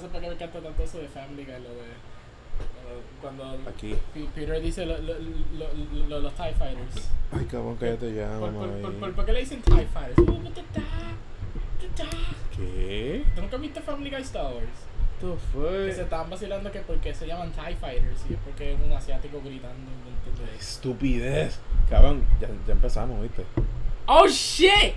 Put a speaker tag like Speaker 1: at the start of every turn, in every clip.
Speaker 1: sé por qué me encanta tanto eso de Family Guy, lo de. eh, Cuando
Speaker 2: Aquí.
Speaker 1: P- Peter dice lo- lo- lo- lo- lo- los TIE Fighters.
Speaker 2: Ay, cabrón, cállate ya,
Speaker 1: ¿Por,
Speaker 2: mamá.
Speaker 1: por, por,
Speaker 2: eh. Ah, ahí.
Speaker 1: por- por qué le dicen TIE Fighters? Oh, what the da- the da-
Speaker 2: ¿Qué?
Speaker 1: ¿Tú nunca viste Family Guy Star Wars?
Speaker 2: What the
Speaker 1: Que se
Speaker 2: fuck?
Speaker 1: estaban vacilando que porque se llaman TIE Fighters y es porque es un asiático gritando. ¿me entiendes?
Speaker 2: Estupidez. Cabrón, ya, ya empezamos, ¿viste?
Speaker 1: ¡Oh shit!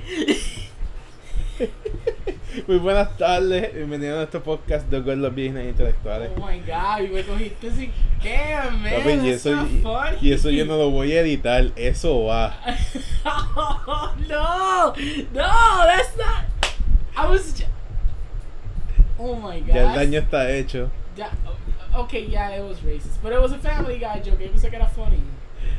Speaker 2: Muy buenas tardes, bienvenidos a este podcast de Gol los Vírgenes Intelectuales.
Speaker 1: Oh my god, y me cogiste sin qué, man.
Speaker 2: Papi, y,
Speaker 1: that's
Speaker 2: eso,
Speaker 1: not
Speaker 2: y-
Speaker 1: funny.
Speaker 2: y eso yo no lo voy a editar, eso va.
Speaker 1: Oh, no, no, that's not. I was. ju- Oh my god.
Speaker 2: Ya el daño está hecho.
Speaker 1: Ya- okay, yeah, it was racist, but it was a Family Guy joke. Yo pensé que era funny.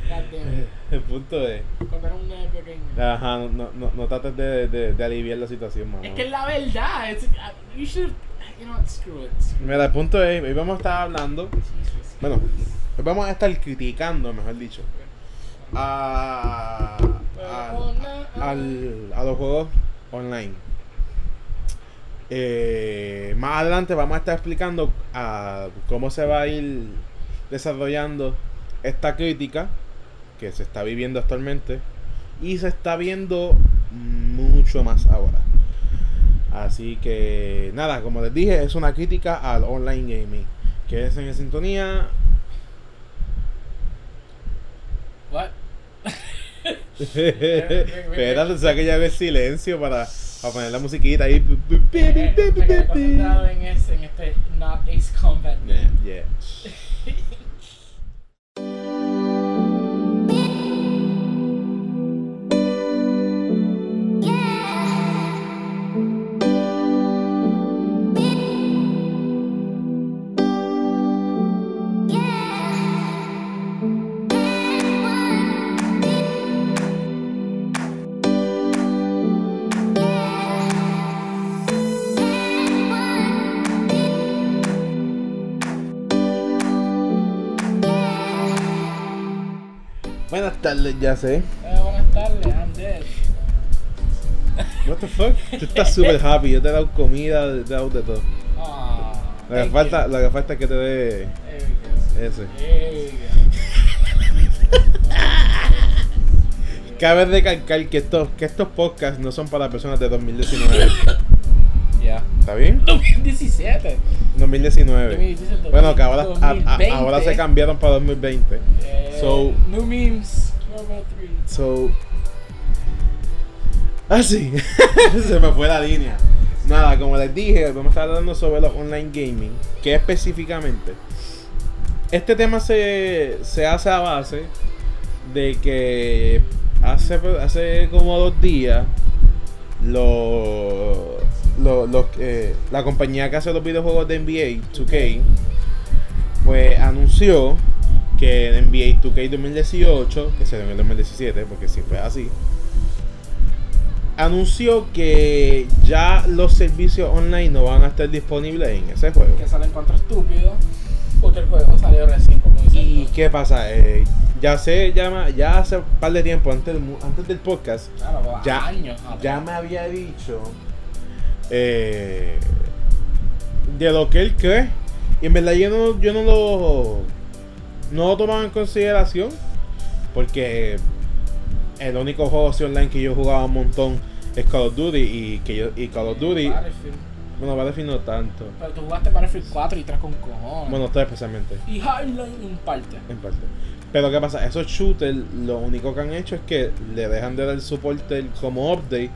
Speaker 1: God damn it.
Speaker 2: El punto es,
Speaker 1: Cuando era un nene pequeño.
Speaker 2: ajá, no, no, no- no trates de, de- de aliviar la situación, mamá.
Speaker 1: Es que es la verdad. It's, uh, you should. You know, what, screw it. Screw
Speaker 2: Mira, el punto es, hoy vamos a estar hablando,
Speaker 1: it. Jesus.
Speaker 2: bueno, hoy Pues vamos a estar criticando, mejor dicho, a, al- al- a los juegos online. Eh, más adelante vamos a estar explicando ah, cómo se va a ir desarrollando esta crítica que se está viviendo actualmente y se está viendo mucho más ahora. Así que nada, como les dije, es una crítica al online gaming. Quédense en sintonía.
Speaker 1: What?
Speaker 2: Espérate, o sea que ya ve silencio para, para poner la musiquita ahí.
Speaker 1: Me quedé Eh, me quedé concentrado en ese, en este Not Ace Combat.
Speaker 2: Yeah, yeah. Buenas tardes, ya sé.
Speaker 1: Eh, buenas tardes, I'm dead.
Speaker 2: What the fuck? Tú estás super happy, yo te he dado comida, te he dado de todo.
Speaker 1: Aw,
Speaker 2: Lo
Speaker 1: Ah,
Speaker 2: que,
Speaker 1: thank
Speaker 2: falta,
Speaker 1: you.
Speaker 2: lo que falta es que te dé
Speaker 1: There we go.
Speaker 2: ese.
Speaker 1: There we
Speaker 2: Cabe recalcar que estos, que estos podcasts no son para personas de 2019.
Speaker 1: go. Yeah.
Speaker 2: ¿Está bien?
Speaker 1: 2017.
Speaker 2: 2019. Bueno, que ahora, a- a-
Speaker 1: 2020.
Speaker 2: ahora se cambiaron para 2020.
Speaker 1: Eh,
Speaker 2: So-
Speaker 1: New memes. 403.
Speaker 2: So. Ah, sí. Se me fue la línea. Nada, como les dije, vamos a estar hablando sobre los online gaming. ¿Qué específicamente? Este tema se, se hace a base de que hace, hace como dos días lo- lo- los, eh, la compañía que hace los videojuegos de NBA 2K pues anunció que en NBA 2K 2018, que se dio en el 2017, porque si fue así, anunció que ya los servicios online no van a estar disponibles en ese juego.
Speaker 1: Que sale en cuatro estúpido. Porque el juego salió recién, como dicen.
Speaker 2: ¿Y qué pasa? Eh, ya se llama, ya hace un par de tiempo antes del, mu- antes del podcast,
Speaker 1: Claro,
Speaker 2: Ya-
Speaker 1: años. ah, atrás.
Speaker 2: ya me había dicho eh, de lo que él cree. Y en verdad yo no, yo no lo no lo tomaba en consideración porque el único juego así online que yo jugaba un montón es Call of Duty y que yo y Call of Duty
Speaker 1: Battlefield.
Speaker 2: bueno Battlefield no tanto
Speaker 1: Pero tú jugaste Battlefield 4 y 3 con cojones.
Speaker 2: bueno tres especialmente
Speaker 1: Y Highline en parte.
Speaker 2: en parte pero qué pasa esos shooters lo único que han hecho es que le dejan de dar soporte como update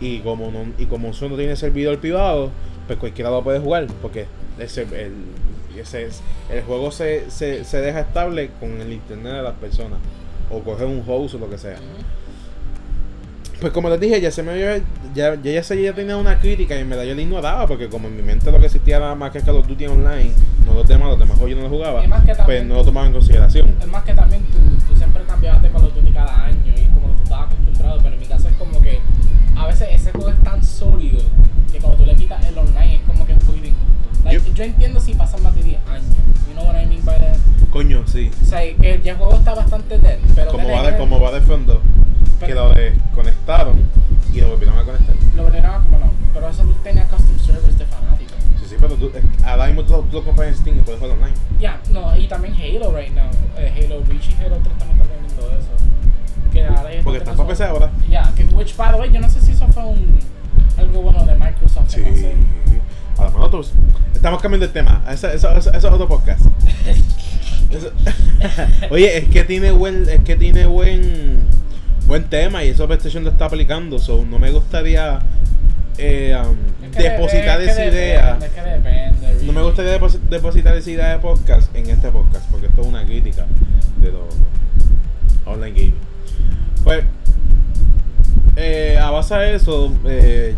Speaker 2: y como no y como eso no tiene servidor privado pues cualquiera lo puede jugar porque ese- el, ese es- el juego se, se, se deja estable con el internet de las personas o coge un host o lo que sea pues como les dije ya se me había- ya ya ya, se- ya tenía una crítica y en verdad yo la ignoraba porque como en mi mente lo que existía era más que Call of Duty online no los demás los demás juegos yo no los jugaba
Speaker 1: Y más que
Speaker 2: pues
Speaker 1: también-
Speaker 2: no lo tomaba en consideración
Speaker 1: Es más que también tú, tú siempre cambiabas de Call of Duty cada año y es como que tú estabas acostumbrado, pero en mi caso es como que a veces ese juego es tan sólido que cuando tú le quitas el online es como que es un poquito injusto. Like,
Speaker 2: Yo-
Speaker 1: yo entiendo si pasan más de 10 años, you know what I mean by that?
Speaker 2: coño sí
Speaker 1: O sea, que ya el juego está bastante dead, pero
Speaker 2: como
Speaker 1: then
Speaker 2: va de,
Speaker 1: again,
Speaker 2: como va de fondo que
Speaker 1: Pero-
Speaker 2: lo desconectaron y lo volvieron a conectar
Speaker 1: lo veneraban como no, pero eso tenía custom servers de fanáticos.
Speaker 2: Sí, sí, pero tú, eh, a mismo tú, lo- tú lo compras en Steam y puedes jugar online.
Speaker 1: Ya, no, y también Halo right now. Eh, Halo Reach y Halo 3 también están vendiendo eso. Que ahora ellos
Speaker 2: Porque
Speaker 1: están
Speaker 2: estás para PC ahora.
Speaker 1: Ya, que which by the way, yo no sé si eso fue un, algo bueno de Microsoft. que no sé.
Speaker 2: A lo mejor nosotros estamos cambiando el tema. Eso, eso, eso- eso es otro podcast. Eso- Oye, es que tiene buen, es que tiene buen, buen tema y eso PlayStation lo está aplicando. So, no me gustaría eh, um,
Speaker 1: Es que de-
Speaker 2: depositar
Speaker 1: es que
Speaker 2: esa
Speaker 1: depende,
Speaker 2: idea.
Speaker 1: Es que depende.
Speaker 2: No me
Speaker 1: really.
Speaker 2: gustaría depos- depositar esa idea de podcast en este podcast, porque esto es una crítica de lo online gaming. Pues, eh, a base de eso, eh,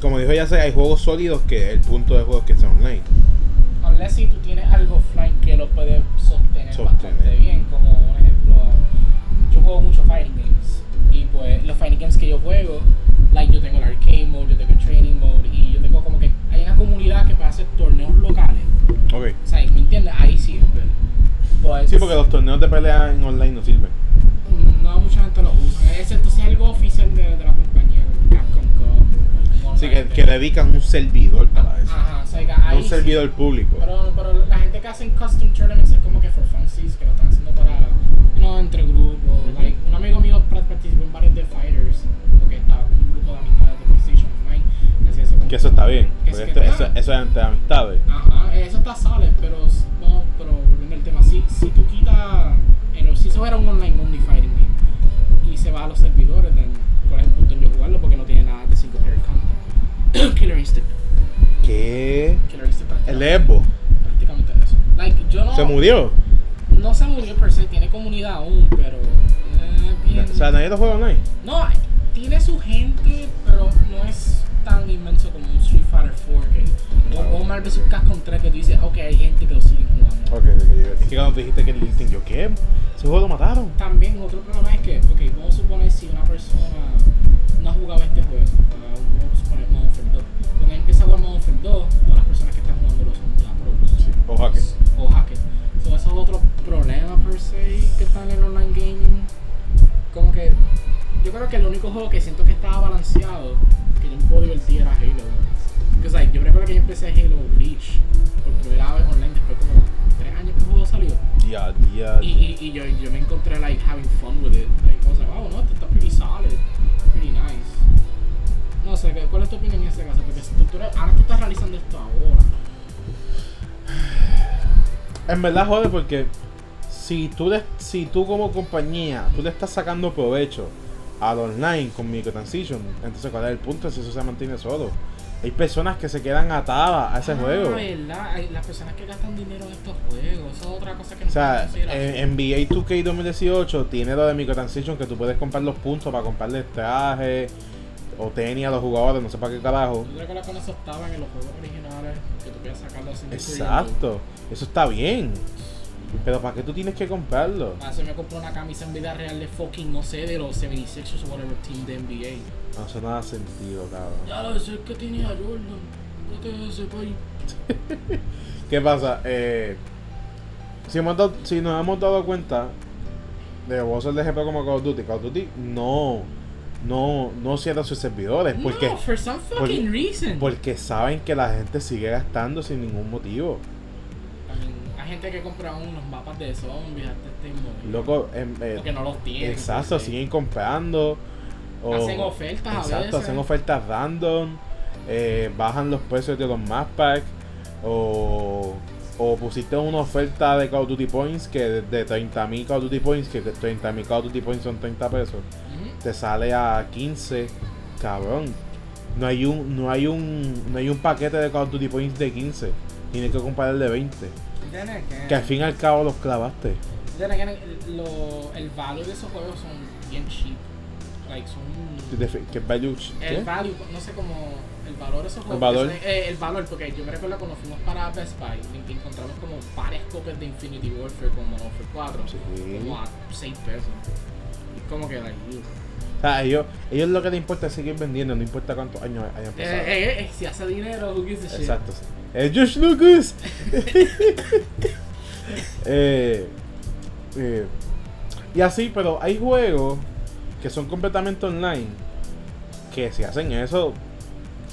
Speaker 2: como dijo ya sé, hay juegos sólidos que el punto de juego es que sea online.
Speaker 1: Unless si tú tienes algo offline que lo puede sostener,
Speaker 2: Sostener.
Speaker 1: bastante bien, como un ejemplo, yo juego mucho fighting games y pues los fighting games que yo juego, like yo tengo el arcade mode, yo tengo el training mode y yo tengo como que hay una comunidad que puede hacer torneos locales,
Speaker 2: Ok.
Speaker 1: o sea, ¿me entiendes? Ahí Pues, sirve. But-
Speaker 2: Sí, porque los torneos de pelea en online no sirven.
Speaker 1: no mucha gente lo usa, excepto si es algo oficial de, de la compañía, como Capcom Cup. o
Speaker 2: Así que,
Speaker 1: algún
Speaker 2: que dedican un servidor para eso.
Speaker 1: Ajá, o sea, que
Speaker 2: No
Speaker 1: Ah, ahí
Speaker 2: un
Speaker 1: sí.
Speaker 2: servidor público.
Speaker 1: Pero, pero la gente que hacen custom tournaments es como que for fancies, que lo están haciendo para, no, entre grupos. Like, un amigo mío pra- participó en varios de Fighters, porque estaba con un grupo de amistades de PlayStation Online, que hacía eso. con-
Speaker 2: Que eso está bien.
Speaker 1: Que
Speaker 2: porque
Speaker 1: sí,
Speaker 2: esto-
Speaker 1: que-
Speaker 2: eso, eso es entre amistades.
Speaker 1: Ajá, eh, eso está sale, pero, s- no, pero volviendo al tema, si, si tú quitas, el- si eso era un online only fighting game, y se va a los servidores, then, ¿cuál es el punto en yo jugarlo? Porque no tiene nada de single player content. Killer Instinct.
Speaker 2: ¿Qué?
Speaker 1: Killer Instinct
Speaker 2: El
Speaker 1: prácticamente,
Speaker 2: Evo
Speaker 1: prácticamente eso. Like, yo no...
Speaker 2: se murió.
Speaker 1: No se murió per se, tiene comunidad aún, pero. eh, bien-
Speaker 2: O sea, nadie lo juega online.
Speaker 1: no, tiene su gente, pero no es tan inmenso como un Street Fighter 4 que, o, o un Marvel vs. Capcom 3 que tú dices, ok, hay gente que lo sigue jugando.
Speaker 2: Ok, ok, yo- es que cuando te dijiste que el Listing, yo qué, ese juego lo mataron.
Speaker 1: También otro problema es que, ok, vamos a suponer si una persona no ha jugado este juego, ah, vamos a suponer Modern Warfare 2. Cuando empieza a jugar Modern Warfare 2, todas las personas que están jugando lo son ya pros.
Speaker 2: O hackers.
Speaker 1: O hackers. So, eso es otro problema per se que está en el online gaming. Como que yo creo que el único juego que siento que estaba balanceado, que yo me puedo divertir era Halo. Porque, o sea, yo recuerdo que yo empecé Halo Reach por primera vez online después como tres años que el juego salió.
Speaker 2: Día, día.
Speaker 1: Y, y, y yo, yo me encontré like having fun with it. Like, I was like, wow, no, esto está pretty solid, pretty nice. No sé, ¿cuál es tu opinión en este caso? Porque si tú, tú eres- ahora tú estás realizando esto ahora.
Speaker 2: En verdad, joder, porque si tú, le- si tú como compañía, tú le estás sacando provecho al online con microtransition, entonces cuál es el punto si eso se mantiene solo. Hay personas que se quedan atadas a ese
Speaker 1: Ah,
Speaker 2: juego.
Speaker 1: verdad. Hay- Las personas que gastan dinero en estos juegos, eso es otra cosa que no
Speaker 2: O sea,
Speaker 1: podemos considerar.
Speaker 2: en NBA 2K 2018 tiene lo de microtransition que tú puedes comprar los puntos para comprarle traje o tenis a los jugadores, no sé para qué carajo.
Speaker 1: Yo creo que con eso estaban en los juegos originales, que tú podías sacarlo sin
Speaker 2: Exacto, eso está bien. Pero ¿para qué tú tienes que comprarlo?
Speaker 1: Hace Ah, me compró una camisa en vida real de fucking, no sé, de los 76ers o whatever team de NBA.
Speaker 2: No hace nada sentido, cabrón.
Speaker 1: Ya lo sé que tenía Jordan. No te ese país.
Speaker 2: ¿Qué pasa? Eh, si, hemos dado- si nos hemos dado cuenta, de vos el ejemplo como Call of Duty, Call of Duty no, no, no cierra sus servidores porque,
Speaker 1: No, for some
Speaker 2: por-
Speaker 1: fucking reason.
Speaker 2: porque saben que la gente sigue gastando sin ningún motivo.
Speaker 1: I mean, hay gente que compra aún los mapas de zombies hasta este momento.
Speaker 2: Loco, em, eh,
Speaker 1: Porque no los tiene.
Speaker 2: exacto, siguen comprando. o-
Speaker 1: Hacen ofertas a
Speaker 2: Exacto,
Speaker 1: veces.
Speaker 2: hacen ofertas random, eh, bajan los precios de los map packs o, o pusiste una oferta de Call of Duty Points que de, de 30.000 Call of Duty Points, que 30.000 Call of Duty Points son 30 pesos,
Speaker 1: Ujú.
Speaker 2: te sale a 15, cabrón. No hay un no hay un no hay un paquete de Call of Duty Points de 15, tienes que comprar el de 20,
Speaker 1: Then again-
Speaker 2: que al fin y al cabo los clavaste.
Speaker 1: Then again, el- lo- el valor de esos juegos son bien cheap. Like, son.
Speaker 2: De- Que value, ¿qué?
Speaker 1: El value, no sé cómo. El valor de esos juegos.
Speaker 2: valor?
Speaker 1: es- eh, el valor, porque yo me recuerdo cuando fuimos para Best Buy, en- encontramos como varias copias de Infinity Warfare con Modern Warfare 4.
Speaker 2: Sí.
Speaker 1: Como a 6 pesos. Y Como que, like, you.
Speaker 2: O sea, ellos, ellos lo que les importa es seguir vendiendo, no importa cuántos años hayan
Speaker 1: Eh,
Speaker 2: pasado.
Speaker 1: eh, eh, si hace dinero, who gives a shit?
Speaker 2: Exacto. Eh, Josh Lucas. Eh, eh, y así, pero hay juegos que son completamente online que si hacen eso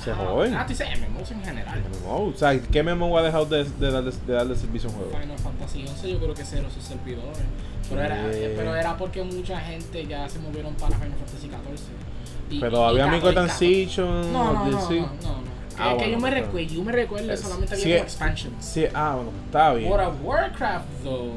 Speaker 2: Se
Speaker 1: Ah,
Speaker 2: joden.
Speaker 1: Ah, tú dices MMOs en general.
Speaker 2: No, o sea, ¿qué MMO ha dejado de, de darle, de darle servicio a un juego?
Speaker 1: Final Fantasy XI yo creo que cero sus servidores. Pero era,
Speaker 2: Eh.
Speaker 1: pero era porque mucha gente ya se movieron para Final Fantasy XIV. Y- y-
Speaker 2: Pero
Speaker 1: y
Speaker 2: había
Speaker 1: catorce, catorce.
Speaker 2: Microtransactions Station,
Speaker 1: No, no, no, no, no, no.
Speaker 2: Ah,
Speaker 1: Es que
Speaker 2: bueno,
Speaker 1: yo me
Speaker 2: pero-
Speaker 1: recuerdo, yo me recuerdo,
Speaker 2: Es-
Speaker 1: solamente había
Speaker 2: sí,
Speaker 1: como
Speaker 2: es-
Speaker 1: expansions.
Speaker 2: Sí, ah, bueno, está bien.
Speaker 1: World of Warcraft, though,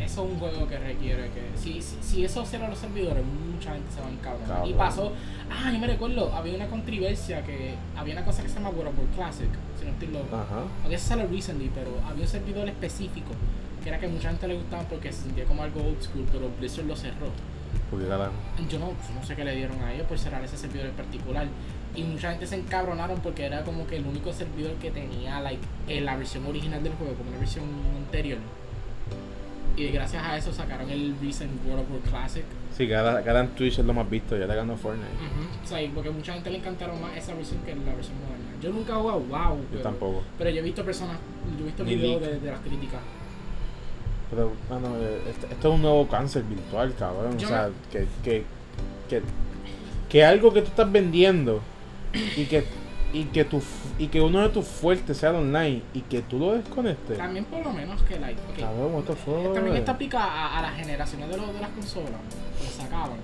Speaker 1: eso es un juego que requiere que... Si, si, si eso cierra los servidores, mucha gente se va a encabronar.
Speaker 2: Cabrón.
Speaker 1: Y pasó... Ah, yo me recuerdo, había una controversia que... Había una cosa que se llama World of Warcraft Classic, si no estoy loco.
Speaker 2: Ajá.
Speaker 1: Aunque eso salió recently, pero había un servidor específico que era que mucha gente le gustaba porque se sentía como algo old school, pero Blizzard lo cerró.
Speaker 2: Porque carajo.
Speaker 1: Yo no, yo no sé qué le dieron a ellos por cerrar ese servidor en particular. Y mucha gente se encabronaron porque era como que el único servidor que tenía like, eh, la versión original del juego, como una versión anterior. Y gracias a eso sacaron el recent World of War Classic.
Speaker 2: Sí, cada, cada en Twitch es lo más visto, ya atacando Fortnite.
Speaker 1: O sea, y porque mucha gente le encantaron más esa versión que la versión moderna. Yo nunca he jugado WoW.
Speaker 2: Yo
Speaker 1: pero-
Speaker 2: tampoco.
Speaker 1: Pero yo he visto personas, yo he visto
Speaker 2: Ni
Speaker 1: videos
Speaker 2: leak.
Speaker 1: de, de las críticas.
Speaker 2: Pero, mano, eh, esto, esto es un nuevo cáncer virtual, cabrón.
Speaker 1: Yo
Speaker 2: o sea,
Speaker 1: no-
Speaker 2: que, que, que, que algo que tú estás vendiendo y que, y que, tu, y que uno de tus fuertes sea el online y que tú lo desconectes.
Speaker 1: También por lo menos que like. ok,
Speaker 2: Cabrón, what the fuck.
Speaker 1: También esta pica a, a las generaciones de, los- de las consolas que lo sacaban.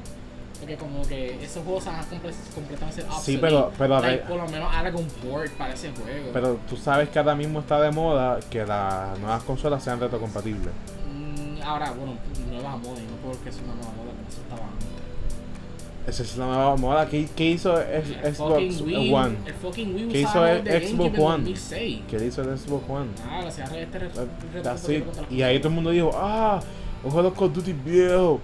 Speaker 1: Porque como que esos juegos se han comple- completamente obsolete.
Speaker 2: Sí, pero, pero, a
Speaker 1: Like,
Speaker 2: ver,
Speaker 1: por lo menos haga un board para ese juego.
Speaker 2: pero tú sabes que ahora mismo está de moda que las nuevas consolas sean retrocompatibles.
Speaker 1: Mm, ahora, bueno, nueva moda, y no porque es una nueva moda, pero eso estaba antes.
Speaker 2: Esa es la nueva moda. ¿Qué, qué hizo es-
Speaker 1: El
Speaker 2: Xbox
Speaker 1: fucking Wii,
Speaker 2: One?
Speaker 1: El fucking Wii
Speaker 2: ¿Qué
Speaker 1: usaba
Speaker 2: hizo
Speaker 1: el de
Speaker 2: Xbox
Speaker 1: GameCube en
Speaker 2: One?
Speaker 1: 2006.
Speaker 2: ¿Qué hizo el Xbox One?
Speaker 1: Ah, gracias a este re- re-
Speaker 2: That's it.
Speaker 1: contra las
Speaker 2: Y ahí todo el mundo dijo, ah, un juego de Call of Duty viejo.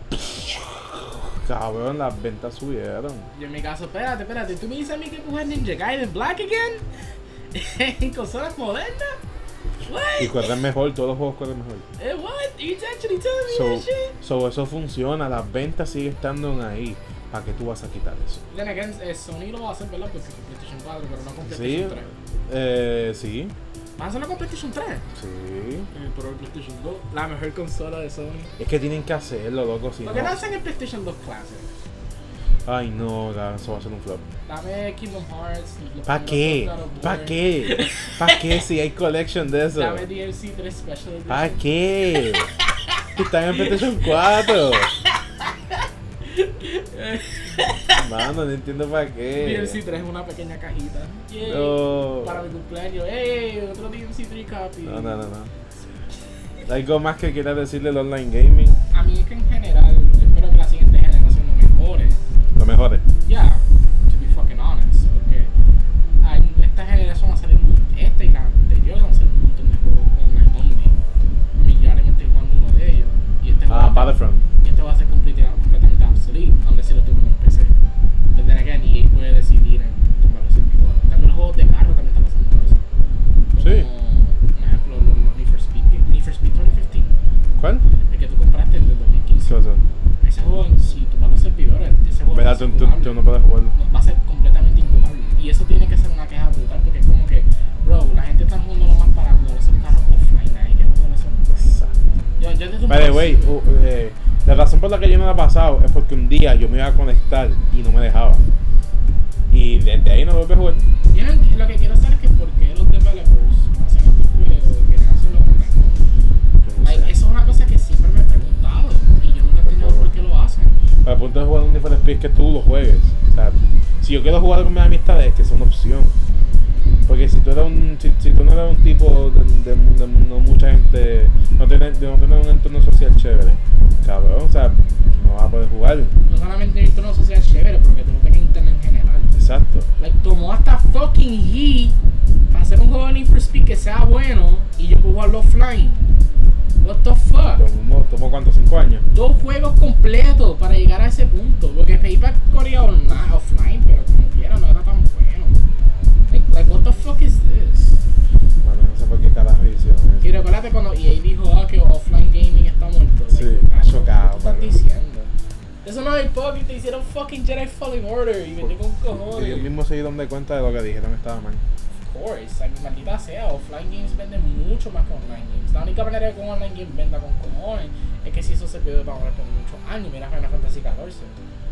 Speaker 2: Cabrón, las ventas subieron.
Speaker 1: Yo en mi caso, espérate, espérate, ¿tú me dices a mí que jugar Ninja Gaiden Black again? ¿En consolas modernas?
Speaker 2: Y
Speaker 1: What?
Speaker 2: corren mejor, todos los juegos corren mejor.
Speaker 1: Eh, what? Are you actually telling me
Speaker 2: So,
Speaker 1: that shit?
Speaker 2: so eso funciona, las ventas siguen estando ahí. ¿Para qué tú vas a quitar eso?
Speaker 1: Then again, eh, Sony lo va a hacer, ¿verdad? Porque con PlayStation 4, pero no con
Speaker 2: Sí,
Speaker 1: PlayStation 3.
Speaker 2: eh, sí,
Speaker 1: Van a hacerlo con PlayStation 3.
Speaker 2: sí.
Speaker 1: pero el PlayStation 2, la mejor consola de Sony.
Speaker 2: Es que tienen que hacerlo, loco, si no.
Speaker 1: ¿Por qué no hacen el PlayStation 2 Classic?
Speaker 2: Ay, no, cabrón, eso va a ser un flop.
Speaker 1: Dame Kingdom Hearts. los
Speaker 2: ¿Para
Speaker 1: primeros
Speaker 2: qué?
Speaker 1: dos God of
Speaker 2: ¿Para
Speaker 1: War.
Speaker 2: qué? ¿Para qué si hay collection de eso?
Speaker 1: Dame DLC 3 Special Edition.
Speaker 2: ¿Para qué? Están en PlayStation 4. Mano, no entiendo para
Speaker 1: DLC
Speaker 2: qué.
Speaker 1: 3 es una pequeña cajita. Yay.
Speaker 2: No.
Speaker 1: Para mi cumpleaños. ¡Ey! Otro DLC 3 copy.
Speaker 2: No, no, no, no. ¿Algo más que quieras decirle al online gaming?
Speaker 1: A mí es que en general, yo espero que la siguiente generación lo mejore.
Speaker 2: Lo mejor es.
Speaker 1: Yeah, to be fucking honest. Porque hay- esta generación va a salir, un- esta y la anterior van a salir un montón de juegos online only. A mí yo realmente estoy jugando uno de ellos. Y este,
Speaker 2: Ah,
Speaker 1: juego-
Speaker 2: Battlefront.
Speaker 1: y este va a ser completi- completamente obsolete, aunque si lo tengo en el PC. Pero then again, EA puede decidir en tumbar los servidores. También los juegos de carro también está pasando eso.
Speaker 2: Sí.
Speaker 1: Como, por ejemplo, los, los Need for Speed, Need for Speed 2015,
Speaker 2: ¿Cuál?
Speaker 1: el que tú compraste, el de
Speaker 2: ¿Qué
Speaker 1: 2015.
Speaker 2: otro?
Speaker 1: Ese juego, si tumbar los servidores, ese juego
Speaker 2: ¿Verdad?
Speaker 1: es
Speaker 2: Tú, tú-
Speaker 1: injugable
Speaker 2: tú no puedes jugarlo.
Speaker 1: no- va a ser completamente injugable. Y eso tiene que ser una queja brutal porque es como que, bro, la gente está jugando lo más para jugar esos carros offline, nadie quiere jugar eso.
Speaker 2: Exacto.
Speaker 1: Yo, yo desde un
Speaker 2: Vale, güey,
Speaker 1: principio-
Speaker 2: uh, eh, la razón por la que yo no la he pasado es porque un día yo me iba a conectar y no me dejaba. Y desde ahí no volví a jugar.
Speaker 1: Yo no enti- lo que quiero saber es que por qué los developers no hacen estos juegos y quieren hacerlo online.
Speaker 2: Yo no
Speaker 1: Like,
Speaker 2: sé.
Speaker 1: eso es una cosa que siempre me he preguntado y yo nunca he entendido por qué lo hacen.
Speaker 2: Para el punto de jugar un diferente Speed es que tú lo juegues. O sea, si yo quiero jugar con mis amistades, es que es una opción. Porque si tú, eres un, si, si tú no eres un tipo de, de- de- no mucha gente, no tienes, de no tener un entorno social chévere, cabrón, o sea, no vas a poder jugar.
Speaker 1: No solamente el entorno social es chévere, porque tú no tengas internet en general.
Speaker 2: Exacto.
Speaker 1: Like, tomó hasta fucking G para hacer un juego de Need for Speed que sea bueno y yo puedo jugarlo offline. What the fuck?
Speaker 2: Tomó, tomó cuánto, cinco años.
Speaker 1: dos juegos completos para llegar a ese punto. Porque Payback corría online, offline, pero como quiera no era tan bueno. Like, like, what the fuck is this?
Speaker 2: Bueno, no sé por qué carajo hicieron eso.
Speaker 1: Y recuérdate cuando EA dijo ah, que offline gaming está muerto. Like,
Speaker 2: Sí,
Speaker 1: ah,
Speaker 2: chocado,
Speaker 1: ¿Qué estás
Speaker 2: pero-
Speaker 1: diciendo? Eso no es hipócrita, hicieron fucking Jedi Fallen Order y vendió con
Speaker 2: Y
Speaker 1: cojones.
Speaker 2: Ellos mismos se dieron de cuenta de lo que dijeron estaba mal.
Speaker 1: Of course, like, maldita sea, offline games venden mucho más que online games. La única manera que un online game venda con cojones es que si eso se pide para durar por muchos años. Mira Final Fantasy XIV.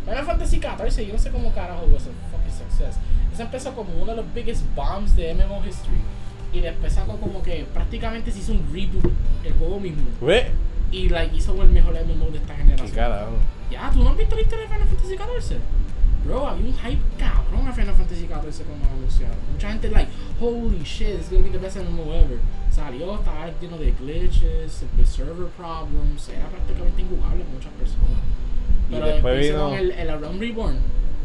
Speaker 1: Final Fantasy XIV, yo no sé cómo carajo fue ese fucking success. Eso empezó como uno de los biggest bombs de MMO history. Y después sacó como que prácticamente se hizo un reboot del juego mismo.
Speaker 2: ¿Ve?
Speaker 1: Y like, hizo el mejor MMO de esta generación.
Speaker 2: Qué carajo.
Speaker 1: Ya, ¿tú no has visto la historia de Final Fantasy XIV? Bro, había un hype cabrón a Final Fantasy XIV cuando lo anunciaron. Mucha gente, like, holy shit, it's gonna be the best MMO ever. Salió, estaba lleno de glitches, de server problems, era prácticamente injugable para muchas personas.
Speaker 2: Y
Speaker 1: Pero
Speaker 2: después
Speaker 1: después hicieron
Speaker 2: vino-
Speaker 1: el, el Around Reborn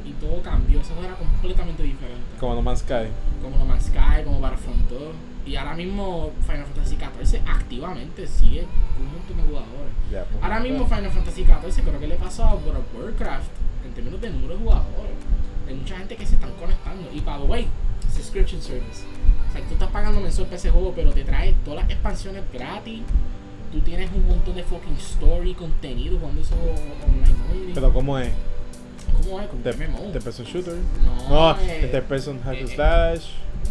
Speaker 1: y todo cambió, eso era completamente diferente.
Speaker 2: Como No Man's Sky.
Speaker 1: Como No Man's Sky, como Battlefront 2. Y ahora mismo Final Fantasy XIV activamente sigue con un montón de jugadores.
Speaker 2: Ya, pues,
Speaker 1: Ahora mismo
Speaker 2: ya.
Speaker 1: Final Fantasy XIV creo que le pasó a World of Warcraft en términos de número de jugadores. Hay mucha gente que se están conectando. Y by the way, subscription service. O sea, que tú estás pagando mensual para ese juego, pero te trae todas las expansiones gratis. Tú tienes un montón de fucking story, contenido cuando eso online only.
Speaker 2: Pero ¿cómo es?
Speaker 1: ¿Cómo es? Como
Speaker 2: ¿De,
Speaker 1: MMO.
Speaker 2: de person shooter?
Speaker 1: No,
Speaker 2: No, este
Speaker 1: eh,
Speaker 2: de person hack
Speaker 1: eh,
Speaker 2: and slash.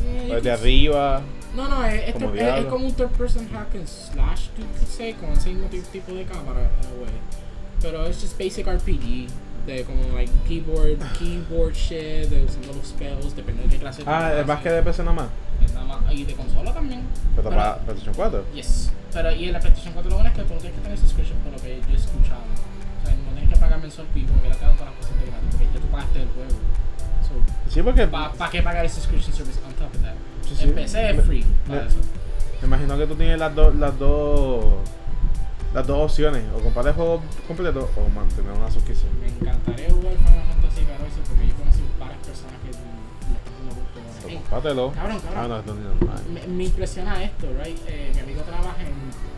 Speaker 1: eh,
Speaker 2: o pues de
Speaker 1: yo-
Speaker 2: arriba.
Speaker 1: No, no, es, es,
Speaker 2: Como
Speaker 1: es-
Speaker 2: diablo.
Speaker 1: es como un third person hack and slash, tú could say, con ese mismo ti- tipo de cámara, en a way. Pero es just basic RPG, de como like keyboard, keyboard shit, de usando los spells, depende de qué clase
Speaker 2: Ah,
Speaker 1: de
Speaker 2: es más que de PC nada más.
Speaker 1: Y de consola también.
Speaker 2: Pero para PlayStation 4.
Speaker 1: Yes. Pero y en la PlayStation 4 lo bueno es que tú no tienes que tener subscription por lo que yo he escuchado. O sea, no tienes que pagar mensual fee, como que la te dan todas las cosas de gratis, porque ya tú pagaste el juego. So,
Speaker 2: Sí, porque
Speaker 1: ¿Para qué pagar el subscription service on top of that?
Speaker 2: Sí, sí.
Speaker 1: En PC
Speaker 2: Me-
Speaker 1: es free para
Speaker 2: me-
Speaker 1: eso.
Speaker 2: me imagino que tú tienes las dos las dos las dos opciones, o comprar el juego completo o mantener una suscripción.
Speaker 1: Me encantaría jugar Final Fantasy XIV porque yo conocí varias personas que le están dando gusto.
Speaker 2: O
Speaker 1: Ey,
Speaker 2: Compártelo.
Speaker 1: Cabrón, cabrón.
Speaker 2: Ah, no, esto no es normal.
Speaker 1: Me, me impresiona esto, right? Eh, mi amigo trabaja en,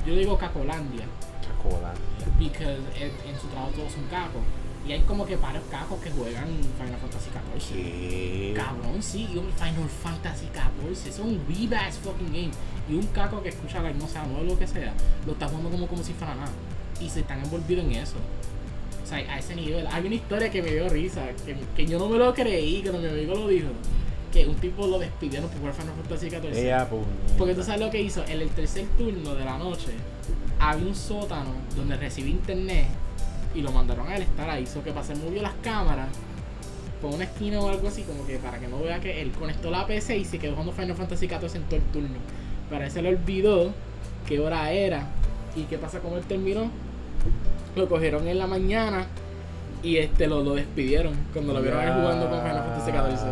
Speaker 1: yo digo Cacolandia,
Speaker 2: Chacola.
Speaker 1: because en, en su trabajo todos son cacos. Y hay como que varios cacos que juegan Final Fantasy XIV.
Speaker 2: ¿Qué?
Speaker 1: Cabrón, sí, y un Final Fantasy XIV, es un rebass fucking game. Y un caco que escucha like, no sea no lo que sea, lo está jugando como, como si fuera nada. Y se están envolvidos en eso. O sea, a ese nivel. Hay una historia que me dio risa, que, que yo no me lo creí, cuando mi amigo lo dijo. Que un tipo lo despidieron por jugar Final Fantasy XIV.
Speaker 2: Ella, pues.
Speaker 1: Porque tú sabes lo que hizo. En el tercer turno de la noche, había un sótano donde recibí internet y lo mandaron a él estar ahí. Hizo que pasé, movió las cámaras por una esquina o algo así, como que para que no vea que él conectó la PC y se quedó jugando Final Fantasy XIV en todo el turno. Pero él se le olvidó qué hora era y qué pasa con él terminó. Lo cogieron en la mañana y este lo, lo despidieron cuando lo vieron a él jugando con Final Fantasy XIV.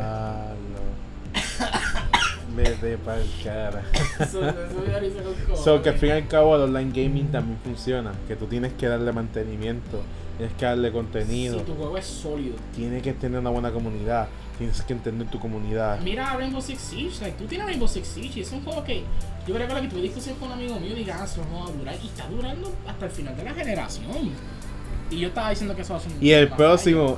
Speaker 2: Vete pa'l cara.
Speaker 1: Eso- eso me dio risa con
Speaker 2: So, que al
Speaker 1: cojones.
Speaker 2: fin y al cabo el online gaming también funciona. Que tú tienes que darle mantenimiento, tienes que darle contenido,
Speaker 1: Si tu juego es sólido.
Speaker 2: tienes que tener una buena comunidad, tienes que entender tu comunidad.
Speaker 1: Mira Rainbow Six Siege, like, tú tienes Rainbow Six Siege, y es un juego que yo creo que la que tuve discusión con un amigo mío y dije, ah, eso no va a durar, y está durando hasta el final de la generación. Y yo estaba diciendo que eso va a ser un-
Speaker 2: Y el
Speaker 1: una
Speaker 2: próximo,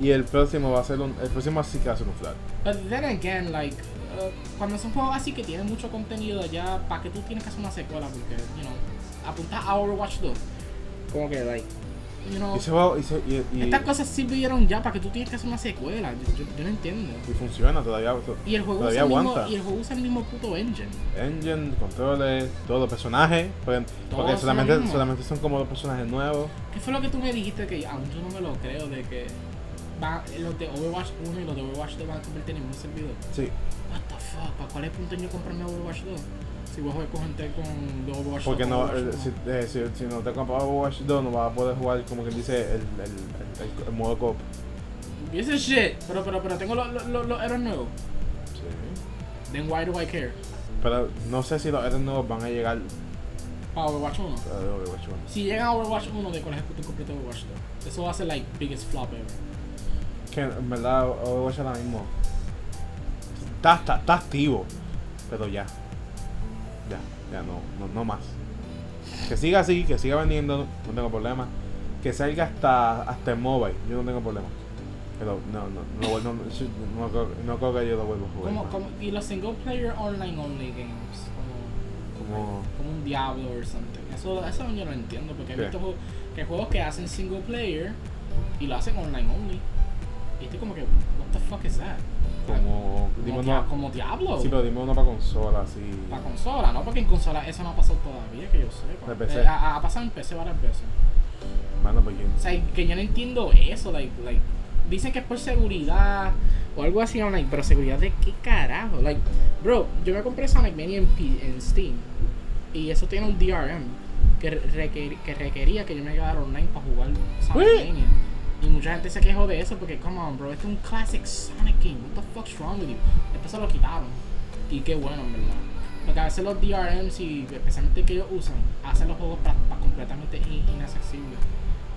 Speaker 2: y el próximo va a ser un, el próximo sí que va a ser un flat.
Speaker 1: falla. But then again, like, uh, cuando son juegos así que tienen mucho contenido ya, ¿para qué tú tienes que hacer una secuela? Porque, you know, apuntar a Overwatch 2. Como que, like, you know,
Speaker 2: Y se va, y, se- y- y-
Speaker 1: Oh. estas cosas sirvieron ya para que tú tienes que hacer una secuela. Yo, yo- yo no entiendo.
Speaker 2: y funciona todavía. pues, to-
Speaker 1: Y el juego, usa
Speaker 2: Todavía
Speaker 1: el mismo,
Speaker 2: aguanta.
Speaker 1: y el juego usa el mismo puto engine.
Speaker 2: Engine, controles, todos los personajes. Porque,
Speaker 1: son
Speaker 2: porque
Speaker 1: lo
Speaker 2: solamente,
Speaker 1: mismo.
Speaker 2: solamente son como dos personajes nuevos.
Speaker 1: ¿Qué fue lo que tú me dijiste que aún yo no me lo creo de que va- los de Overwatch 1 y los de Overwatch 2 van a convertir en un servidor?
Speaker 2: Sí,
Speaker 1: What the fuck, ¿para cuál es el punto en yo comprarme Overwatch 2? Si voy a jugar con gente con de Overwatch
Speaker 2: porque
Speaker 1: 2
Speaker 2: no,
Speaker 1: Overwatch
Speaker 2: eh,
Speaker 1: 1.
Speaker 2: si, eh, si- si no te compras Overwatch 2, no vas a poder jugar, como quien dice, el, el, el- el- el modo cop.
Speaker 1: Ese shit, pero, pero, pero tengo los, los, los, los héroes nuevos.
Speaker 2: Sí.
Speaker 1: Then why do I care?
Speaker 2: Pero no sé si los héroes nuevos van a llegar
Speaker 1: Para Overwatch 1.
Speaker 2: a Overwatch 1.
Speaker 1: Si llegan a Overwatch 1, ¿de cuál es el punto completo de Overwatch 2? Eso va a ser like biggest flop ever.
Speaker 2: Que en verdad Overwatch ahora mismo está, está, está activo, pero ya. Ya, ya no, no, no más. Que siga así, que siga vendiendo, no tengo problema. Que salga hasta hasta en mobile, yo no tengo problema. Pero no, no, no, lo vuel- no, no, no creo, no creo que yo lo vuelva a jugar.
Speaker 1: Como, como, y los single player online only games. Como,
Speaker 2: Como-
Speaker 1: como un diablo o something. Eso, eso yo no lo entiendo porque he
Speaker 2: ¿Qué?
Speaker 1: visto juegos- que juegos que hacen single player y lo hacen online only. Y estoy como que, what the fuck is that?
Speaker 2: como, dime
Speaker 1: Como,
Speaker 2: uno-
Speaker 1: dia- como diablo.
Speaker 2: sí, pero dime uno para consola, así.
Speaker 1: Para consola, ¿no? Porque en consola eso no ha pasado todavía, que yo sepa.
Speaker 2: De PC.
Speaker 1: Eh, ha, ha pasado en PC varias veces.
Speaker 2: Mano, pues yo-
Speaker 1: O sea, que yo no entiendo eso, like, like, dicen que es por seguridad o algo así online, pero seguridad de qué carajo. Like, bro, yo me compré Sonic Mania en, P- en Steam y eso tiene un DRM que, requer- que requería que yo me quedara online para jugar Sonic
Speaker 2: Really?
Speaker 1: Mania. Y mucha gente se quejó de eso porque, come on, bro, este es un classic Sonic game. What the fuck's wrong with you? Después se lo quitaron. Y qué bueno, en verdad. Porque a veces los DRMs y especialmente que ellos usan, hacen los juegos pra- pra- completamente in- inaccesibles.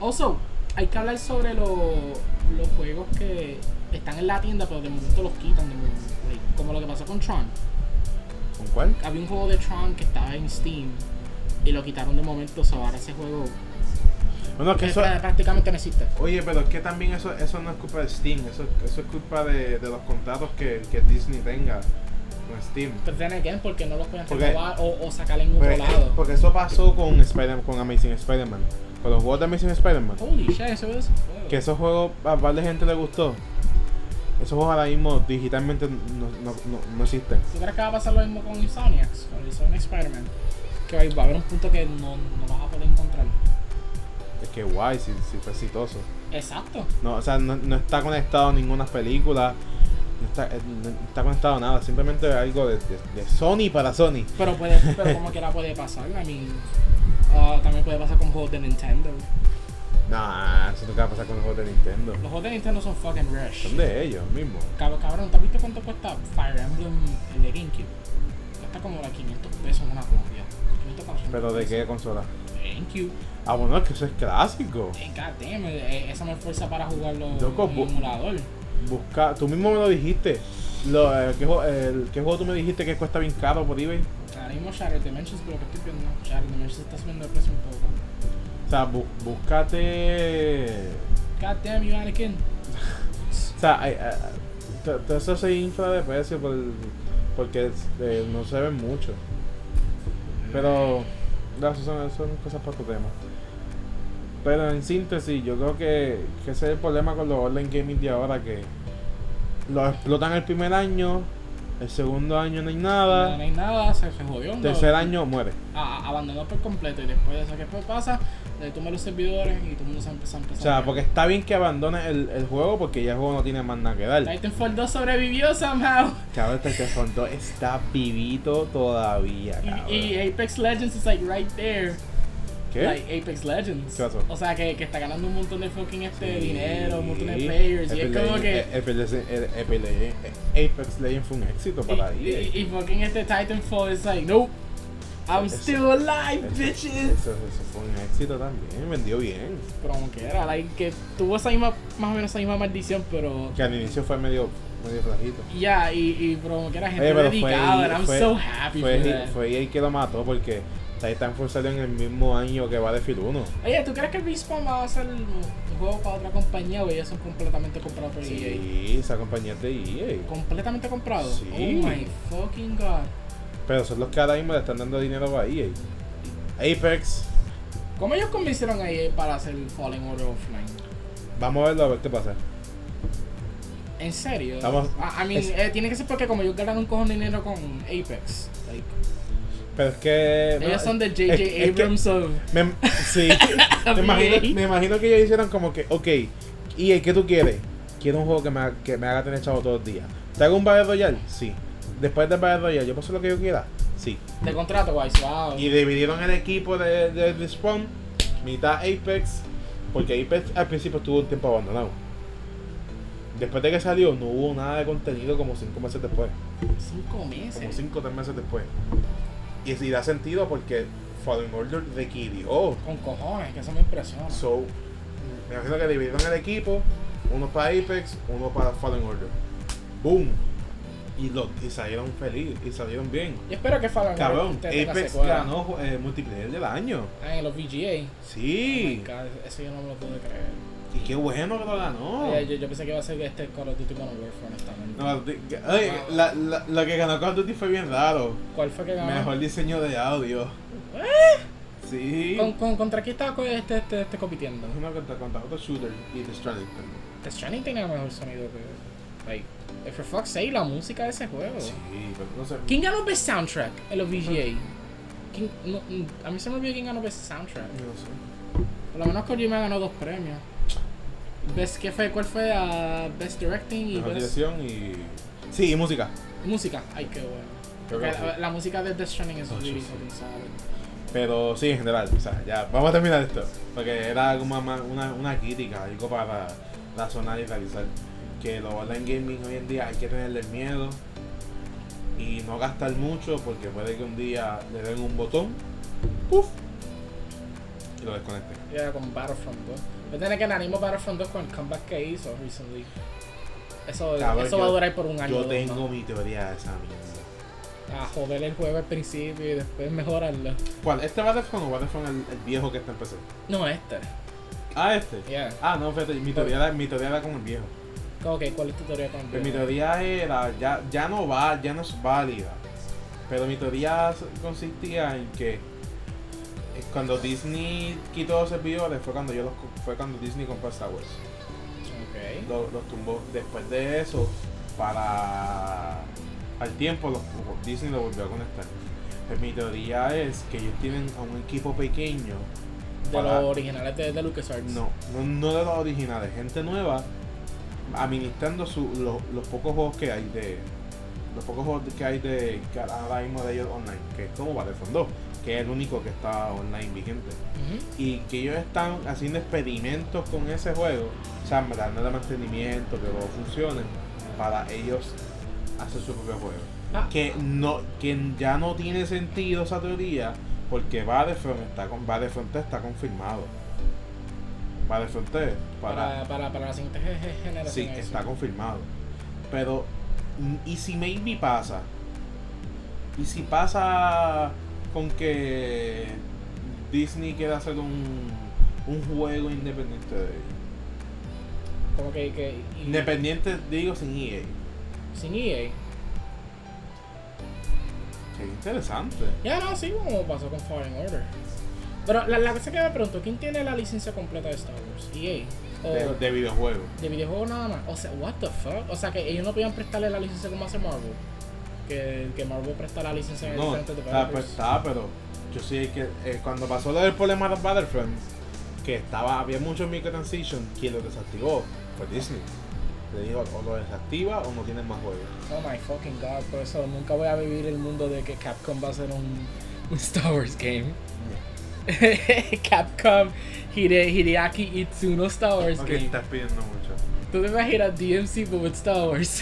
Speaker 1: Also, hay que hablar sobre lo- los juegos que están en la tienda, pero de momento los quitan. De momento. Like, como lo que pasó con Tron.
Speaker 2: ¿Con cuál?
Speaker 1: Había un juego de Tron que estaba en Steam y lo quitaron de momento. O sea, ahora ese juego
Speaker 2: Bueno, es que
Speaker 1: que
Speaker 2: eso,
Speaker 1: pra- prácticamente no existe.
Speaker 2: Oye, pero es que también eso, eso no es culpa de Steam, eso, eso es culpa de, de los contratos que, que Disney tenga con Steam.
Speaker 1: Pero then again, porque no los pueden
Speaker 2: Porque-
Speaker 1: renovar o, o sacar en otro
Speaker 2: Porque,
Speaker 1: lado.
Speaker 2: porque eso pasó con Spider con Amazing Spider-Man, con los juegos de Amazing Spider-Man.
Speaker 1: Holy shit, eso es.
Speaker 2: Que esos juegos a par de gente le gustó. Esos juegos ahora mismo digitalmente no, no, no- no existen.
Speaker 1: ¿Tú crees que va a pasar lo mismo con Insomniacs? Con Insomniac Spider-Man. Que va va a haber un punto que no, no vas a poder encontrar.
Speaker 2: Es que guay, si, si fue exitoso.
Speaker 1: Exacto.
Speaker 2: No, o sea, no, no está conectado a ninguna película, no está, eh, no está conectado a nada, simplemente algo de- de- de Sony para Sony.
Speaker 1: Pero puede, pero como quiera puede pasar. I mean, ah, también puede pasar con juegos de Nintendo.
Speaker 2: Nah, eso no va a pasar con los juegos de Nintendo.
Speaker 1: Los juegos de Nintendo son fucking rush.
Speaker 2: Son de ellos mismos.
Speaker 1: Cab- Cabrón, ¿te has visto cuánto cuesta Fire Emblem el de GameCube? Cuesta como de 500 pesos una copia. 500 pesos.
Speaker 2: ¿Pero de qué consola?
Speaker 1: GameCube.
Speaker 2: Ah, bueno, es que eso es clásico.
Speaker 1: Eh, God damn, eh, eso me fuerza para jugarlo
Speaker 2: Loco,
Speaker 1: en
Speaker 2: bu-
Speaker 1: un emulador.
Speaker 2: Busca, tú mismo me lo dijiste. Lo, eh, ¿qué, jue- el- qué juego tú me dijiste que cuesta bien caro por eBay?
Speaker 1: Ahora mismo Shattered Dimensions, pero que estoy viendo. Shattered Dimensions está subiendo el precio un poco.
Speaker 2: O sea, bu- búscate.
Speaker 1: God damn you, Anakin.
Speaker 2: O sea, hay- hay- to- todo eso se infla de precio por, porque eh, no se ven mucho. Pero, no, eso son, eso son cosas para tu tema. Pero en síntesis, yo creo que, que ese es el problema con los online gaming de ahora, que lo explotan el primer año, el segundo año no hay
Speaker 1: No,
Speaker 2: nada,
Speaker 1: no hay nada, se, se jodió. ¿no?
Speaker 2: tercer año muere.
Speaker 1: a- a- abandonó por completo y después de eso que después pasa, le toman los servidores y todo el mundo se empezó a empezar.
Speaker 2: O sea, porque está bien que abandones el, el juego porque ya el juego no tiene más nada que dar.
Speaker 1: Titanfall 2 sobrevivió somehow.
Speaker 2: Cabrón, este Titanfall 2 está vivito todavía, cabrón.
Speaker 1: Y, y Apex Legends is like right there.
Speaker 2: ¿Qué?
Speaker 1: Like Apex Legends.
Speaker 2: ¿Qué pasó?
Speaker 1: O sea que, que está ganando un montón de fucking este
Speaker 2: Sí.
Speaker 1: dinero, un montón de players. Y es
Speaker 2: Apex
Speaker 1: como que.
Speaker 2: Legends- Apex Legends- eh, Apex Legends- eh, Apex Legends fue un éxito para eh.
Speaker 1: y,
Speaker 2: EA.
Speaker 1: y- y fucking este Titanfall is like, nope. I'm
Speaker 2: Eso-
Speaker 1: still alive,
Speaker 2: Eso-
Speaker 1: bitches.
Speaker 2: Eso, eso fue un éxito también, vendió bien.
Speaker 1: Pero como que era, like, que tuvo esa misma, más o menos esa misma maldición, pero.
Speaker 2: Que al inicio fue medio, medio flojito.
Speaker 1: Ya, y, y pero como que era gente
Speaker 2: Oye, pero fue,
Speaker 1: dedicada, and I'm
Speaker 2: fue,
Speaker 1: so happy
Speaker 2: fue,
Speaker 1: for
Speaker 2: EA
Speaker 1: that.
Speaker 2: fue EA que lo mató porque Titanfall salió en el mismo año que Battlefield 1.
Speaker 1: Oye, ¿tú crees que Respawn va a hacer un un juego para otra compañía o ellos son completamente comprados por EA?
Speaker 2: Sí, esa compañía es de EA.
Speaker 1: ¿Completamente comprados?
Speaker 2: Sí.
Speaker 1: Oh my fucking god.
Speaker 2: Pero son los que ahora mismo le están dando dinero a EA. Apex,
Speaker 1: ¿Cómo ellos convencieron a EA para hacer Fallen Order Offline?
Speaker 2: vamos a verlo a ver qué pasa.
Speaker 1: ¿En serio?
Speaker 2: Estamos-
Speaker 1: I, I mean,
Speaker 2: es-
Speaker 1: eh, tiene que ser porque como ellos ganaron un cojón de dinero con Apex. Like,
Speaker 2: Pero es que. no,
Speaker 1: ellos son de
Speaker 2: es-
Speaker 1: J.J.
Speaker 2: es que- es que-
Speaker 1: Abrams of...
Speaker 2: Me, sí.
Speaker 1: Of
Speaker 2: me,
Speaker 1: EA.
Speaker 2: imagino, me imagino que ellos hicieron como que, ok, ¿y qué tú quieres? Quiero un juego que me, ha- que me haga tener chavo todos los días. ¿Te hago un Battle Royale? Sí. Después del Battle Royale, ¿yo paso lo que yo quiera? Sí.
Speaker 1: De contrato, guys. Wow.
Speaker 2: Y dividieron el equipo de, de, de Spawn, mitad Apex, porque Apex al principio estuvo un tiempo abandonado. Después de que salió, no hubo nada de contenido como cinco meses después.
Speaker 1: Cinco meses.
Speaker 2: Como cinco o tres meses después. Y, si da sentido porque Fallen Order requirió
Speaker 1: Con cojones, que eso me impresiona.
Speaker 2: So, me imagino que dividieron el equipo, uno para Apex, uno para Fallen Order. Boom. Y, lo, y salieron felices, y salieron bien.
Speaker 1: Yo espero que Fallen Order
Speaker 2: Cabrón,
Speaker 1: esté en la
Speaker 2: Apex
Speaker 1: secuela.
Speaker 2: ganó eh, multiplayer del año.
Speaker 1: Ah, en los VGA.
Speaker 2: Sí.
Speaker 1: Oh my God, eso yo no me lo puedo creer.
Speaker 2: y qué bueno que lo ganó.
Speaker 1: Oye, yo, yo pensé que iba a ser este Call of Duty Modern Warfare, honestamente.
Speaker 2: Oh. No, de- que- ay, la, la- lo que ganó Call of Duty fue bien raro.
Speaker 1: ¿Cuál fue que ganó?
Speaker 2: Mejor diseño de audio. Sí.
Speaker 1: ¿Con, con, ¿Contra quién estaba co- este, este, este compitiendo?
Speaker 2: Es una contra, contra otro shooter y The Stranded también.
Speaker 1: The Stranding tenía mejor sonido que... Like, eh, for fuck's sake, la música de ese juego.
Speaker 2: Sí, pero no sé.
Speaker 1: ¿Quién ganó Best Soundtrack en los VGA? ¿Quién- no, mm, a mí se me olvidó quién ganó Best Soundtrack.
Speaker 2: No sé.
Speaker 1: Por lo menos Kojima ganó dos premios. Best, ¿qué fue? ¿Cuál fue? Ah, best Directing y
Speaker 2: Mejor
Speaker 1: Best
Speaker 2: dirección y. Sí, y música.
Speaker 1: Música. Ay, qué bueno.
Speaker 2: Creo
Speaker 1: Porque
Speaker 2: que
Speaker 1: la,
Speaker 2: sí.
Speaker 1: la música de Death Stranding es
Speaker 2: Oh,
Speaker 1: really
Speaker 2: sí, sí.
Speaker 1: fucking sad.
Speaker 2: Pero sí, en general, o sea, ya, vamos a terminar esto. Porque era algo más- más- una, una crítica, algo para razonar y realizar. Que los online gaming hoy en día hay que tenerle miedo y no gastar mucho porque puede que un día le den un botón, puff, y lo desconecten.
Speaker 1: Ya con Battlefront 2. Voy a tener que animo Battlefront 2 con el comeback que hizo recently. Eso,
Speaker 2: Cabrón,
Speaker 1: eso va a durar por un año. o
Speaker 2: Yo
Speaker 1: dos,
Speaker 2: tengo
Speaker 1: ¿no?
Speaker 2: mi teoría de esa mierda.
Speaker 1: A joder el juego al principio y después mejorarlo.
Speaker 2: ¿Cuál? ¿Este Battlefront o Battlefront el, el viejo que está empezando?
Speaker 1: No, este.
Speaker 2: Ah, este.
Speaker 1: Yeah.
Speaker 2: Ah, no, fíjate, mi teoría, era, mi teoría era con el viejo.
Speaker 1: Ok, ¿cuál es tu teoría con el
Speaker 2: Pues mi
Speaker 1: video?
Speaker 2: teoría era, ya, ya no va, ya no es válida. Pero mi teoría consistía en que eh, cuando Disney quitó los servidores fue cuando yo los co- fue cuando Disney compró Star Wars.
Speaker 1: Ok.
Speaker 2: Lo- los tumbó. Después de eso, para al tiempo los, Disney lo volvió a conectar. Pues mi teoría es que ellos tienen a un equipo pequeño
Speaker 1: De
Speaker 2: para-
Speaker 1: los originales de, de LucasArts.
Speaker 2: no, no, no de los originales, gente nueva administrando su, lo- los pocos juegos que hay de los pocos juegos que hay de que ahora mismo de ellos online, que es como Battlefront 2, que es el único que está online vigente
Speaker 1: Ujú.
Speaker 2: y que ellos están haciendo experimentos con ese juego, o sea, dándole mantenimiento, que todo funcione para ellos hacer su propio juego
Speaker 1: Ah,
Speaker 2: que no que ya no tiene sentido esa teoría porque Battlefront está con Battlefront 3 está confirmado Battlefront 3 para,
Speaker 1: para, para, para la siguiente ge- ge- generación.
Speaker 2: sí
Speaker 1: ahí
Speaker 2: está confirmado pero mm, y si maybe pasa y si pasa con que Disney quiere hacer un, un juego independiente de
Speaker 1: Como que. que y-
Speaker 2: independiente digo sin E EA
Speaker 1: sin E EA.
Speaker 2: que interesante
Speaker 1: Ya no, sí, como pasó con Fallen Order. Pero la, la cosa que me pregunto, ¿quién tiene la licencia completa de Star Wars? EA. O
Speaker 2: de,
Speaker 1: de,
Speaker 2: de videojuegos
Speaker 1: videojuegos nada más. O sea, what the fuck? O sea, que ellos no podían prestarle la licencia como hace Marvel. Que, que Marvel presta la licencia a
Speaker 2: No,
Speaker 1: diferentes
Speaker 2: está, pues,
Speaker 1: developers.
Speaker 2: está, pero yo sí es que eh, cuando pasó lo del problema de Battlefront, que estaba, había muchos microtransactions, quien lo desactivó fue Disney. Le dijo, o lo desactiva o no tienes más juegos.
Speaker 1: Oh my fucking god, por eso nunca voy a vivir el mundo de que Capcom va a ser un, un Star Wars game. Capcom Hide, Hideaki Itsuno Star Wars
Speaker 2: Ok,
Speaker 1: game.
Speaker 2: estás pidiendo mucho.
Speaker 1: Tú te imaginas DMC but with Star Wars.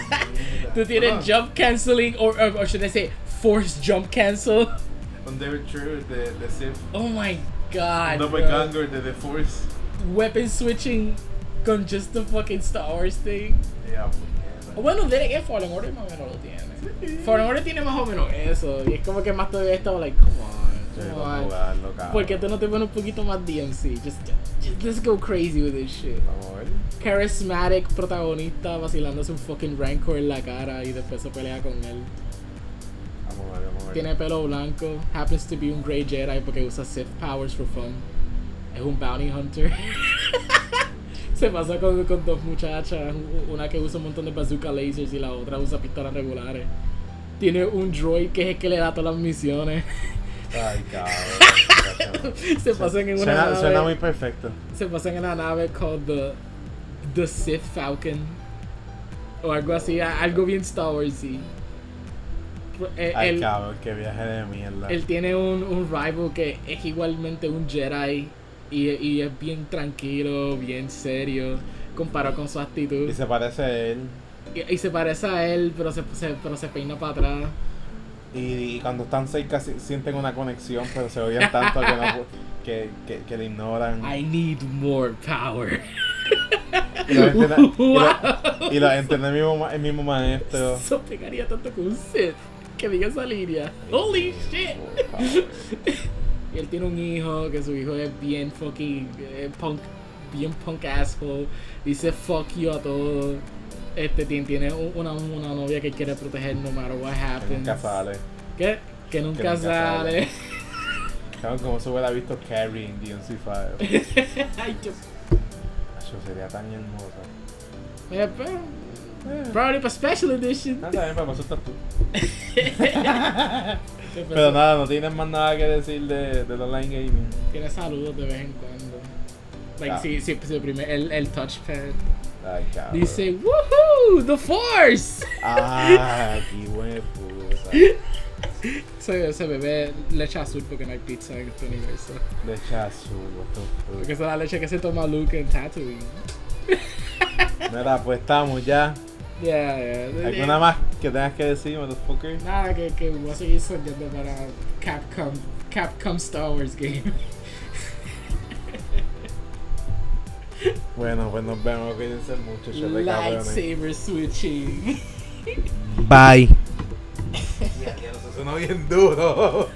Speaker 1: Tú tienes
Speaker 2: Ah,
Speaker 1: jump canceling or, or, or should I say force jump cancel?
Speaker 2: Con David True de, de Sith,
Speaker 1: Oh my god.
Speaker 2: Double
Speaker 1: bro.
Speaker 2: Ganger de The Force.
Speaker 1: Weapon switching con just the fucking Star Wars thing.
Speaker 2: Ya, pues, puñeta.
Speaker 1: Bueno, desde que Fallen Order más o menos lo tiene. Fallen Order tiene más o menos eso. Y es como que más todavía estaba like, come
Speaker 2: Yo
Speaker 1: on,
Speaker 2: digo,
Speaker 1: come on.
Speaker 2: jugarlo, cabrón.
Speaker 1: ¿Por qué tú no te pones un poquito más DMC? Just, just, let's go crazy with this shit.
Speaker 2: Vamos a ver.
Speaker 1: Charismatic protagonista vacilándose un fucking Rancor en la cara y después se pelea con él.
Speaker 2: Vamos a ver, vamos a ver.
Speaker 1: Tiene pelo blanco, happens to be un Grey Jedi porque usa Sith powers for fun. Es un bounty hunter. Se pasa con, con dos muchachas, u- una que usa un montón de bazooka lasers y la otra usa pistolas regulares. Tiene un droid que es el que le da todas las misiones.
Speaker 2: Ay, cabrón.
Speaker 1: Se pasan en una
Speaker 2: Suena-
Speaker 1: nave.
Speaker 2: suena muy perfecto.
Speaker 1: Se pasan en una nave called the, the Sith Falcon. O algo así, a- algo bien Star Wars Eh,
Speaker 2: Ay, cabrón, qué viaje de mierda.
Speaker 1: Él tiene un, un rival que es igualmente un Jedi y, y es bien tranquilo, bien serio, comparado con su actitud.
Speaker 2: Y se parece a él.
Speaker 1: Y, y se parece a él, pero se, se- pero se peina para atrás.
Speaker 2: Y, y cuando están cerca si- sienten una conexión, pero se odian tanto que, no pu- que, que, que le ignoran.
Speaker 1: I need more power.
Speaker 2: Y los entrena- y
Speaker 1: wow.
Speaker 2: los- y los entrena el mismo, ma- el mismo maestro.
Speaker 1: Eso pegaría tanto con un Sith. Que diga esa línea. Holy shit. Y él tiene un hijo, que su hijo es bien fucking eh, punk, bien punk asshole. Dice fuck you a todo. Este tiene, tiene u- una, una novia que quiere proteger no matter what
Speaker 2: Que
Speaker 1: happens.
Speaker 2: Nunca sale.
Speaker 1: ¿Qué? Que nunca,
Speaker 2: nunca
Speaker 1: sale.
Speaker 2: sale. Claro, como se hubiera visto Carrie en DNC5.
Speaker 1: Ay, yo-
Speaker 2: Eso sería tan hermoso.
Speaker 1: Mira, pero-
Speaker 2: Eh,
Speaker 1: Probably para Special Edition.
Speaker 2: No, también para nosotros tú. Pero nada, no tienes más nada que decir de, del online gaming.
Speaker 1: Tiene saludos de vez en cuando. Like,
Speaker 2: Ah.
Speaker 1: si, si, si el, primer, el, el touchpad
Speaker 2: Ay, cabrón.
Speaker 1: dice, ¡Woohoo! ¡The Force!
Speaker 2: Ah, qué buena puta.
Speaker 1: Se, se bebe leche azul porque no hay pizza en este universo.
Speaker 2: Leche azul, what the fuck.
Speaker 1: Porque esa es la leche que se toma Luke en Tatooine.
Speaker 2: Mira, pues estamos ya.
Speaker 1: Yeah, yeah.
Speaker 2: ¿Alguna más que tengas que decir, motherfucker?
Speaker 1: Nada, que, que voy a seguir soñando para Capcom, Capcom Star Wars game.
Speaker 2: Bueno, pues nos vemos. Cuídense mucho, chale, cabrones.
Speaker 1: Lightsaber switching.
Speaker 2: Bye. Ya, ya, eso sonó bien duro.